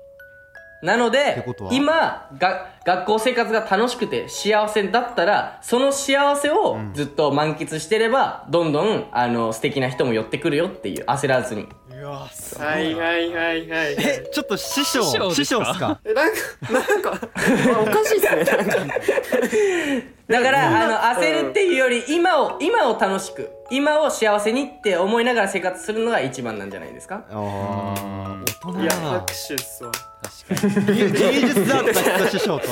S3: なの
S1: って
S3: で
S1: ことは、
S3: 今が、学校生活が楽しくて幸せだったら、その幸せをずっと満喫してれば、どんどん、あの素敵な人も寄ってくるよっていう、焦らずに。
S1: いやーすご
S4: はいはいはいはいはい
S1: えちょっと師匠
S2: 師匠ですか
S1: 師匠っすか
S4: えなんかなんかまあおかしいっすねな
S3: だ
S4: んか
S3: から、あの、
S4: うん
S3: 焦るっていうより、今を、今を楽しく、今を幸せにって思いながら生活するのが一番なんじゃないです か
S1: ああ大人
S4: いや
S1: だな
S4: 拍手っすわ
S2: 確かに。
S1: 芸術だった人師匠と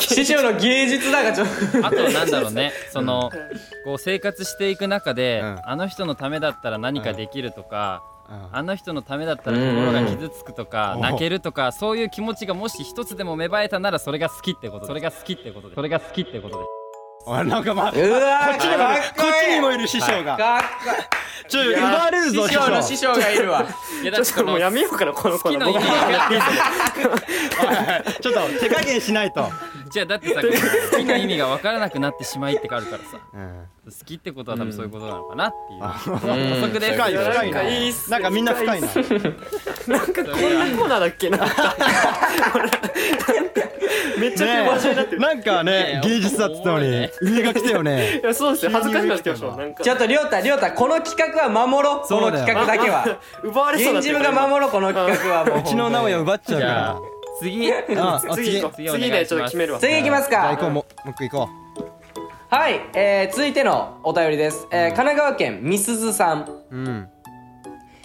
S3: 師匠の芸術だがちょっと。
S2: あとなんだろうね、その、こう生活していく中で、
S1: うん
S2: あの人のためだったら何かできるとか、
S1: うん
S2: あの人のためだったら心が傷つくとか、
S1: うん
S2: 泣けるとか、そういう気持ちがもし一つでも芽生えたなら、それが好きってことで、それが好きってことで、それが好きってことで。
S1: あなんかまあこ
S3: うわー、かっこ
S1: っち
S3: い
S1: に
S3: い
S1: もいる師匠が
S3: かっ
S1: ちょ奪われる
S3: こい
S1: ぞ
S3: い師
S1: 師
S3: 匠の
S1: 匠
S3: 師匠がいるわ。
S2: いや、
S4: ちょっともうやめようかなこの
S2: 好
S4: 子
S2: き
S4: の
S2: の意味が分かんない。
S1: ちょっと手加減しないと
S2: じゃあだってさ、好きの意味が分からなくなってしまいってかあるからさ。
S1: うん
S2: 好きってことは多分そういうことなのかなっていう。
S3: うん
S2: 補足で
S1: 深い
S4: や
S1: 深
S4: ないん
S1: な
S4: かいいっすね
S1: なんかみんな深いな
S4: なんかこんなコーナーだっ けなめっちゃ手放しになってる、
S1: なんかね芸術だっつったのに上が来たよね
S4: いやそうですよ恥ずかしくなってきましょうなんか
S3: ちょっと、りょうた、りょうた、この企画は守ろう。
S1: そ
S3: こ
S1: う
S3: の
S1: だよ
S3: 企画だけは。
S4: 奪われそうだ
S3: 源
S4: っ
S3: 氏
S4: たよ
S3: 部が守ろう、この企画はもう。
S1: うちの名古屋奪っちゃう
S2: じ
S1: か
S2: ゃ
S1: ら
S2: あ次。
S1: ああ
S4: 次行こう
S2: 次お
S4: 次
S2: 願いします
S4: ねちょっと決めるわ
S3: 次行きます
S1: じゃあ
S3: か
S1: 行。こうももう一個行こ
S3: はい、えー、続いてのお便りです。えー、神奈川県みすずさん。
S1: ううん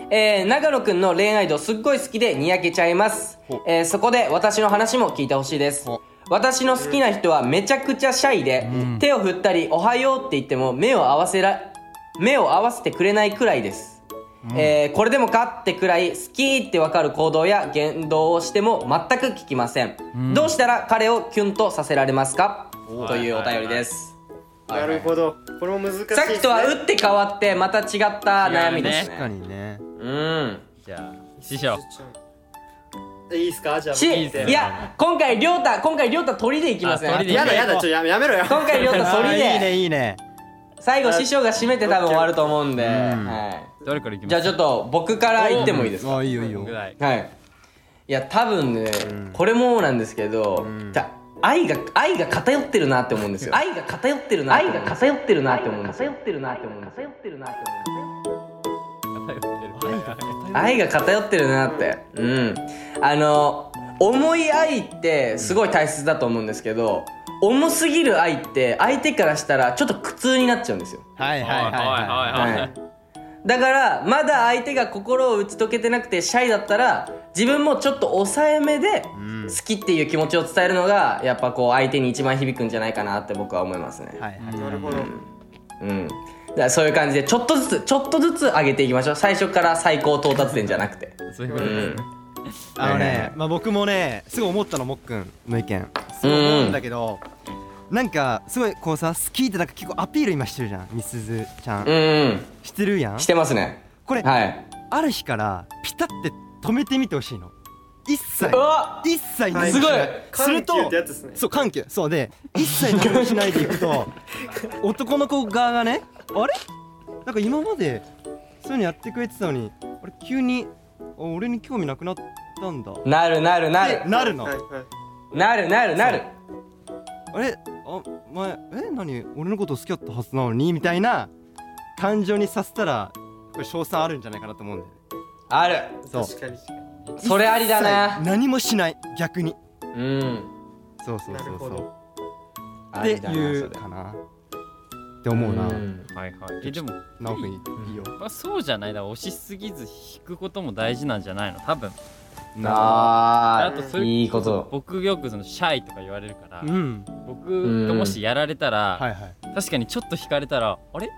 S3: えー、長野くんの恋愛度すっごい好きでにやけちゃいます
S1: ほ、
S3: えー、そこで私の話も聞いてほしいです
S1: ほ
S3: 私の好きな人はめちゃくちゃシャイで、手を振ったり「おはよう」って言っても目を合わせら目を合わせてくれないくらいです、えーこれでもかってくらい好きってわかる行動や言動をしても全く聞きません、どうしたら彼をキュンとさせられますかというお便りです、
S4: なるほどこれも難しいです、ね、
S3: さっきとは打って変わってまた違った悩みですね
S1: 確かにね
S3: うん
S2: じゃあ師匠。
S4: えいいっすかじゃあ
S3: し、
S4: 聞
S3: い
S4: て
S3: や、今回、りょうた、今回、りょうた、鳥でいきますね。
S2: あ鳥で
S4: やだやだちょっとやめやめろよ
S3: 今回、りょうた、
S1: あ
S3: 鳥
S1: ーいい
S3: で、
S1: ねいいね
S3: 最後、師匠が締めて多分終わると思うんで、
S1: ん
S3: は
S2: どれからいき
S3: い。
S2: ます
S3: じゃあ、ちょっと、僕から言ってもいいですか
S1: あいいよいいよ
S2: ぐらい。
S3: はい。いや、多分ね、これもなんですけど、じゃ愛が、愛が偏ってるなって思うんですよ。愛が偏ってるな愛が偏ってるなって思うんですよ。偏ってるなって思うんですよ。偏ってるなって思うんですよ。愛が偏ってるなってうんあの重い愛ってすごい大切だと思うんですけど重すぎる愛って相手からしたらちょっと苦痛になっちゃうんですよ、
S1: はいはいはいは
S2: はいはいはい。
S3: だからまだ相手が心を打ち解けてなくてシャイだったら自分もちょっと抑えめで
S1: ん
S3: 好きっていう気持ちを伝えるのがやっぱこう相手に一番響くんじゃないかなって僕は思いますね
S1: いはいはい
S4: なるほど
S3: うんだからそういう感じでちょっとずつちょっとずつ上げていきましょう最初から最高到達点じゃなくて
S2: そういうことですね。
S1: あの
S3: はいはいは
S1: ね
S3: い、
S1: まあ、僕もねすごい思ったのもっくんの意見すごい思うんだけど、なんかすごいこうさ好きってなんか結構アピール今してるじゃんみすずちゃん、
S3: うんうん
S1: してるやん
S3: してますね
S1: これ、
S3: はい
S1: ある日からピタって止めてみてほしいの一切
S3: うわ
S1: 一切
S4: はい
S3: すごい
S1: すると
S4: 緩急ってやつですね
S1: そう緩急そうで一切何もしないでいくと男の子側がねあれなんか今までそういうのやってくれてたのにあれ急にあ俺に興味なくなったんだっ
S3: なるなるなる
S1: てなるの、
S4: はいはい
S3: なるなるなる
S1: あれあ前え何俺のこと好きだったはずなのにみたいな感情にさせたらこれ賞賛あるんじゃないかなと思うんだよね
S3: ある
S1: そう
S4: 確かに
S3: それありだ
S1: 一
S3: な
S1: 切何もしない逆に
S3: うん
S1: そうそうそう
S4: なる
S1: そ
S3: あ
S1: うで
S3: りだな
S1: 言
S3: そうれ
S1: かなって思うな
S3: うん
S2: はいはいえでも
S1: 直くんいいよ
S2: まあ、そうじゃないだから押しすぎず引くことも大事なんじゃないの多分あ
S3: あ
S2: とそ
S3: あ
S2: れ
S3: いいこと
S2: 僕よくそのシャイとか言われるから、
S1: うん
S2: 僕がもしやられたら、
S1: はいはい
S2: 確かにちょっと引かれたらあれ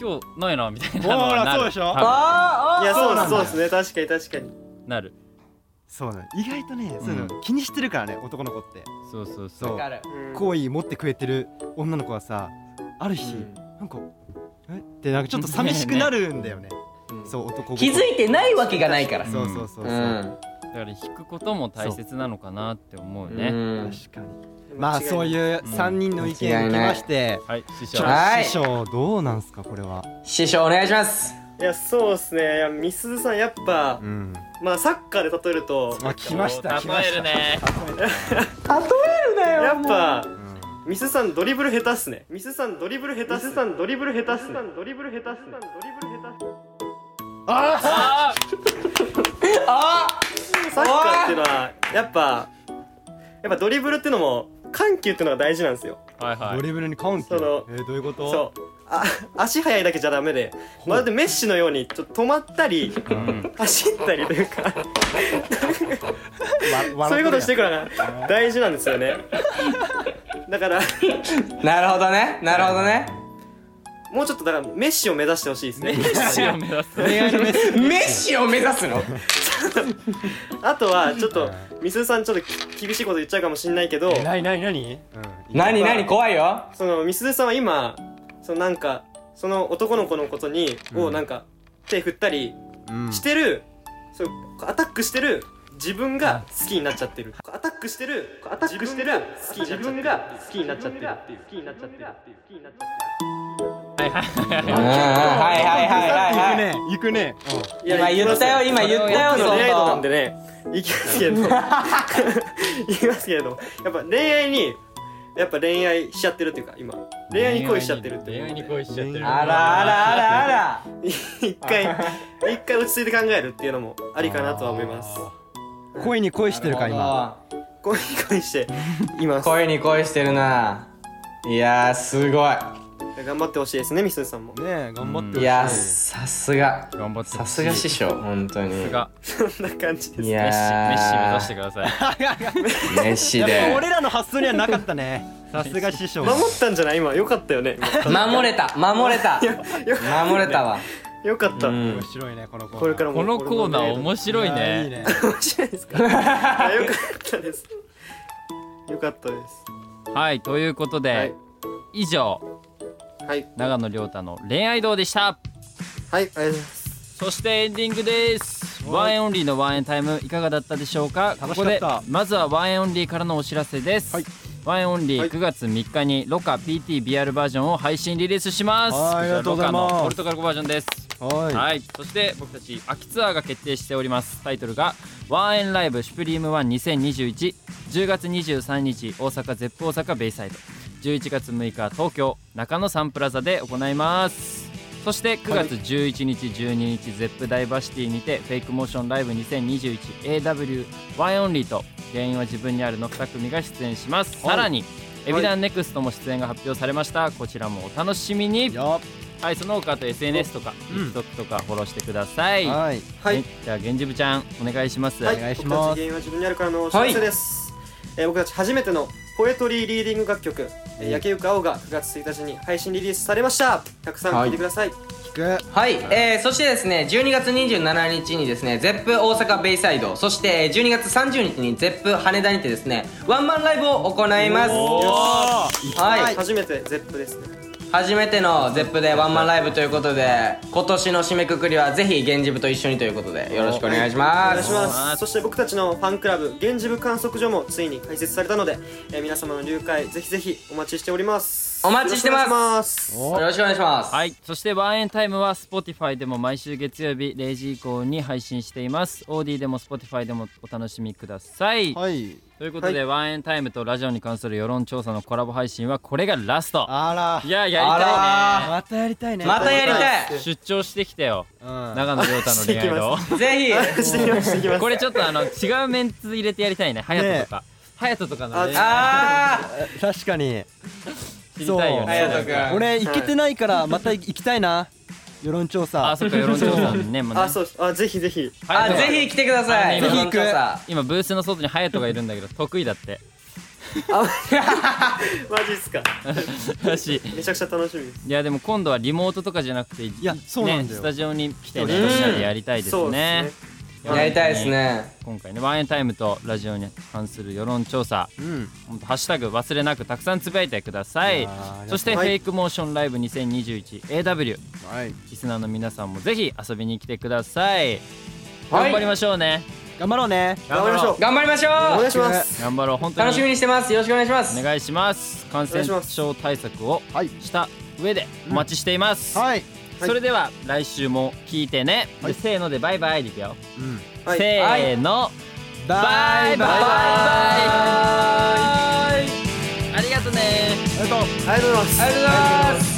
S2: 今日ないなみたいなの
S1: ほら
S2: はなる
S1: そうでしょ
S2: 多分
S3: あ
S4: い
S3: ーあ
S4: やそう
S1: な
S4: で
S1: んだ
S4: すそう
S1: よ
S4: ですね確かに確かに
S2: なる
S1: そうなの意外とねそういうの気にしてるからね男の子って
S2: そうそうそう
S3: ー
S1: そう
S3: わかる
S4: うん
S1: 好意持ってくれてる女の子はさある日
S3: うん
S1: なんかえってなんかちょっと寂しくなるんだよね
S3: うん
S1: そう男心
S3: 気づいてないわけがないから
S1: そうそうそう
S3: う
S1: そう。
S3: ん
S2: だから引くことも大切なのかなって思う
S3: う
S2: ね、
S3: ん
S1: 確かに。まあそう
S4: う
S1: いう三人の意見を受けまして、
S2: はい師
S1: ち
S2: 匠
S1: ょ
S3: はい
S1: 師匠どうなんすかこれは。
S3: 師匠お願いします
S4: いやそうですねいやみすずさんやっぱ
S1: うん。
S4: まあサッカーで例えると
S1: あ来ました来ま
S2: 例え
S1: し
S2: る
S1: た。
S2: ね
S4: やっぱ
S1: うん
S4: ミスさんドリブル下手っすねミスさんドリブル下手ミスさんドリブル下手っすねドリブル下手っすねドリブル下手
S2: あ
S3: あ
S4: サッカーっていうのはやっぱやっぱドリブルっていうのも緩急っていうのが大事なんですよ
S2: ーはいは
S1: ド
S2: い
S1: リブルに関係。え
S4: その
S1: ーどういうこと？
S4: そうあ足速いだけじゃダメでまるでメッシのようにちょっと止まったり
S2: ん
S4: 走ったりというか
S1: わ
S4: そういうことして
S1: 笑
S4: いくのが大事なんですよねだから
S3: ーなるほどねなるほどね
S4: もうちょっとだからメッシを目指してほしいですね
S2: 師匠目指す
S1: ってるやん恋愛のメッセージ。
S3: メッシを目指すの
S4: あとはちょっとみすずさんちょっとき厳しいこと言っちゃうかもしんないけど
S1: なになになに？うん
S3: 何何怖いよ
S4: そのみすずさんは今そのなんかその男の子のことに、
S1: うん
S4: をなんか手振ったり
S1: うん
S4: してる、そうアタックしてる自分が好きになっちゃってるアタックしてるアタックしてる好きになっちゃってる自分が好きになっちゃってる好きになっちゃってる好きになっちゃって
S3: うんうんはいはいはいはいはい
S1: 行くね行くね。
S4: る
S3: 今言ったよ今言ったよ
S4: の
S3: そ
S4: 恋愛度な
S3: うん
S4: でねいきますけれどいきますけれどやっぱ恋愛にやっぱ恋愛しちゃってるっていうか今恋愛に恋しちゃってるっ
S2: 恋
S4: て思う
S2: 愛
S4: ん
S2: に
S4: で
S2: 恋しちゃってる
S3: あらあらあらあら
S4: 一 回一回落ち着いて考えるっていうのもありかなとは思います
S1: 恋に恋してるか今。
S4: 恋に恋しています
S3: 声に恋してるないやーすごい
S4: 頑張ってほしいですねみすずさんも
S1: ねえ頑張ってほし
S3: いやーさすが
S2: 頑張って
S3: さすが師
S2: 匠
S3: 匠本当に
S2: さすが
S4: そんな感じです
S3: い
S2: メ
S3: や
S2: ッシ
S3: ー
S2: メッシ目指してください
S3: メッシ
S1: やっぱ
S3: で
S1: 俺らの発想にはなかった ね。さすが師 匠。
S4: 守ったんじゃない今よかったよね
S3: 守れた守れた
S4: よ
S3: 守れたわ
S4: よかった、
S3: うん
S1: 面白いねこの子。
S4: これからも
S2: このコーナー面白い
S1: やいい
S2: ね
S1: ね。
S4: 面白いですかあよかったですよかったです
S2: はいということで、
S4: はい
S2: 以上
S4: はい
S2: 長野亮太の恋愛道でした
S4: はいありがとうございます
S2: そしてエンディングですワンエンオンリーのワンエンタイムいかがだったでしょうかこ
S1: 楽し
S2: こ
S1: かっ
S2: で
S1: た
S2: まずはワンエンオンリーからのお知らせです、
S1: はい
S2: ワンエンオンリ
S4: は
S2: ー
S4: い
S2: 9月3日にロカ PTBR バージョンを配信リリースします
S1: はいありがとうございます
S2: こちらロカのポルトガル語バージョンです
S1: はい。
S2: はい、そして僕たち秋ツアーが決定しておりますタイトルが「ワンエンライブシュプリームワン2021」10月23日大阪ゼップ大阪ベイサイド11月6日東京中野サンプラザで行いますそして9月11日12日ゼップダイバーシティにてフェイクモーションライブ 2021AW ワンエンオンリーと原因は自分にあるの2組が出演します
S1: はい
S2: さらにエビダンネクストも出演が発表されましたこちらもお楽しみに
S1: よ
S2: はい、その他あと SNS とか、
S1: うん
S2: TikTok とかフォローしてください。
S1: っはい。
S4: はい
S2: ねじゃあ、源氏部ちゃん、お願いします。
S4: は
S1: お願いします
S4: 僕たち原因は自分にあるからのお知らせです、えー僕たち初めてのポエトリーリーディング楽曲「えー焼けゆく青」が9月1日に配信リリースされましたたくさん聴いてください、聴
S1: く
S3: はい、えー、そしてですね12月27日にですね ZEP 大阪ベイサイドそしてえー12月30日に ZEP 羽田にてですねワンマンライブを行いますはい
S4: 初めて ZEP ですね
S3: 初めての ZEP でワンマンライブということで今年の締めくくりはぜひ源氏部と一緒にということでよろしくお願いし
S4: お
S3: ま
S4: 願いし
S3: す
S4: ますそして僕たちのファンクラブ源氏部観測所もついに開設されたので、えー皆様の了解ぜひぜひお待ちしております
S3: お待ちしてます
S4: よろくお願
S3: よろ
S4: いします
S3: しくお願いします
S2: はいそしてワンエンタイムは Spotify でも毎週月曜日0時以降に配信していますオーディでも Spotify でもお楽しみください、
S1: はい
S2: ということで、
S4: は
S2: ワンエンタイムとラジオに関する世論調査のコラボ配信はこれがラスト
S1: あ
S2: いややりた
S3: あ
S1: らまたやりたいね
S3: またやり
S1: い、
S3: た
S2: いね出張してきてよ
S1: うん、
S2: 長野亮太の恋愛を
S3: いぜ
S4: いしてきますしてきます
S2: これちょっとあの違うメンツ入れてやりたいね隼人とか隼人とかの
S3: ひ
S2: ね
S3: あ
S1: 確かに
S2: 知りたいよ
S3: あ
S2: ね
S3: 隼人君
S1: 俺行けてないからまた行きたいな世論調査
S2: あそっか世論調査ね,、まあ、
S4: あ
S2: ね
S4: そうあぜひぜひ
S3: あ
S2: 隼人が
S3: ぜひ来てください
S2: ぜひ
S1: 行く
S3: 本当さ
S2: 今ブースの外に隼人がいるんだけど得意だって
S4: マジっすか
S2: らしい
S4: めちゃくちゃ楽しみです
S2: いやでも今度はリモートとかじゃなくてい
S1: やそうなんだ
S2: ね、
S1: よ
S2: スタジオに来て
S1: う
S2: ね
S1: ん
S2: みんなでやりたいです
S4: そう
S2: ね
S4: ですね
S3: やりたいですね
S2: 今回ねワンエンタイムとラジオに関する世論調査
S1: うん
S2: ほんとハッシュタグ忘れなくたくさんつぶやいてくださ
S1: い
S2: い
S1: やー
S2: そして、
S4: はい
S2: フェイクモーションライブ 2021AW
S1: はい
S2: リスナーの皆さんもぜひ遊びに来てください
S3: はい
S2: 頑張りましょうね、
S1: 頑張ろうね
S4: 頑張りましょう
S3: 頑張りましょ
S4: お願
S3: う
S4: いします
S2: 頑張ろう本当
S3: 楽
S2: に
S3: しみにしてますよろしくお願いします
S2: お願いします感染
S4: お願いします
S2: 症対策を
S1: はい
S2: した上でお待ちしています、
S1: はい、
S2: それでは来週も聞いてね、で
S1: はい
S2: せーのでバイバイでいくよ、
S1: うん、
S4: はい
S2: せーの、
S1: バ
S2: バ
S1: イバイ
S2: イ
S1: バイ
S2: ありがとね
S1: ありがとう
S4: ありがとうございます
S3: ありがとうございます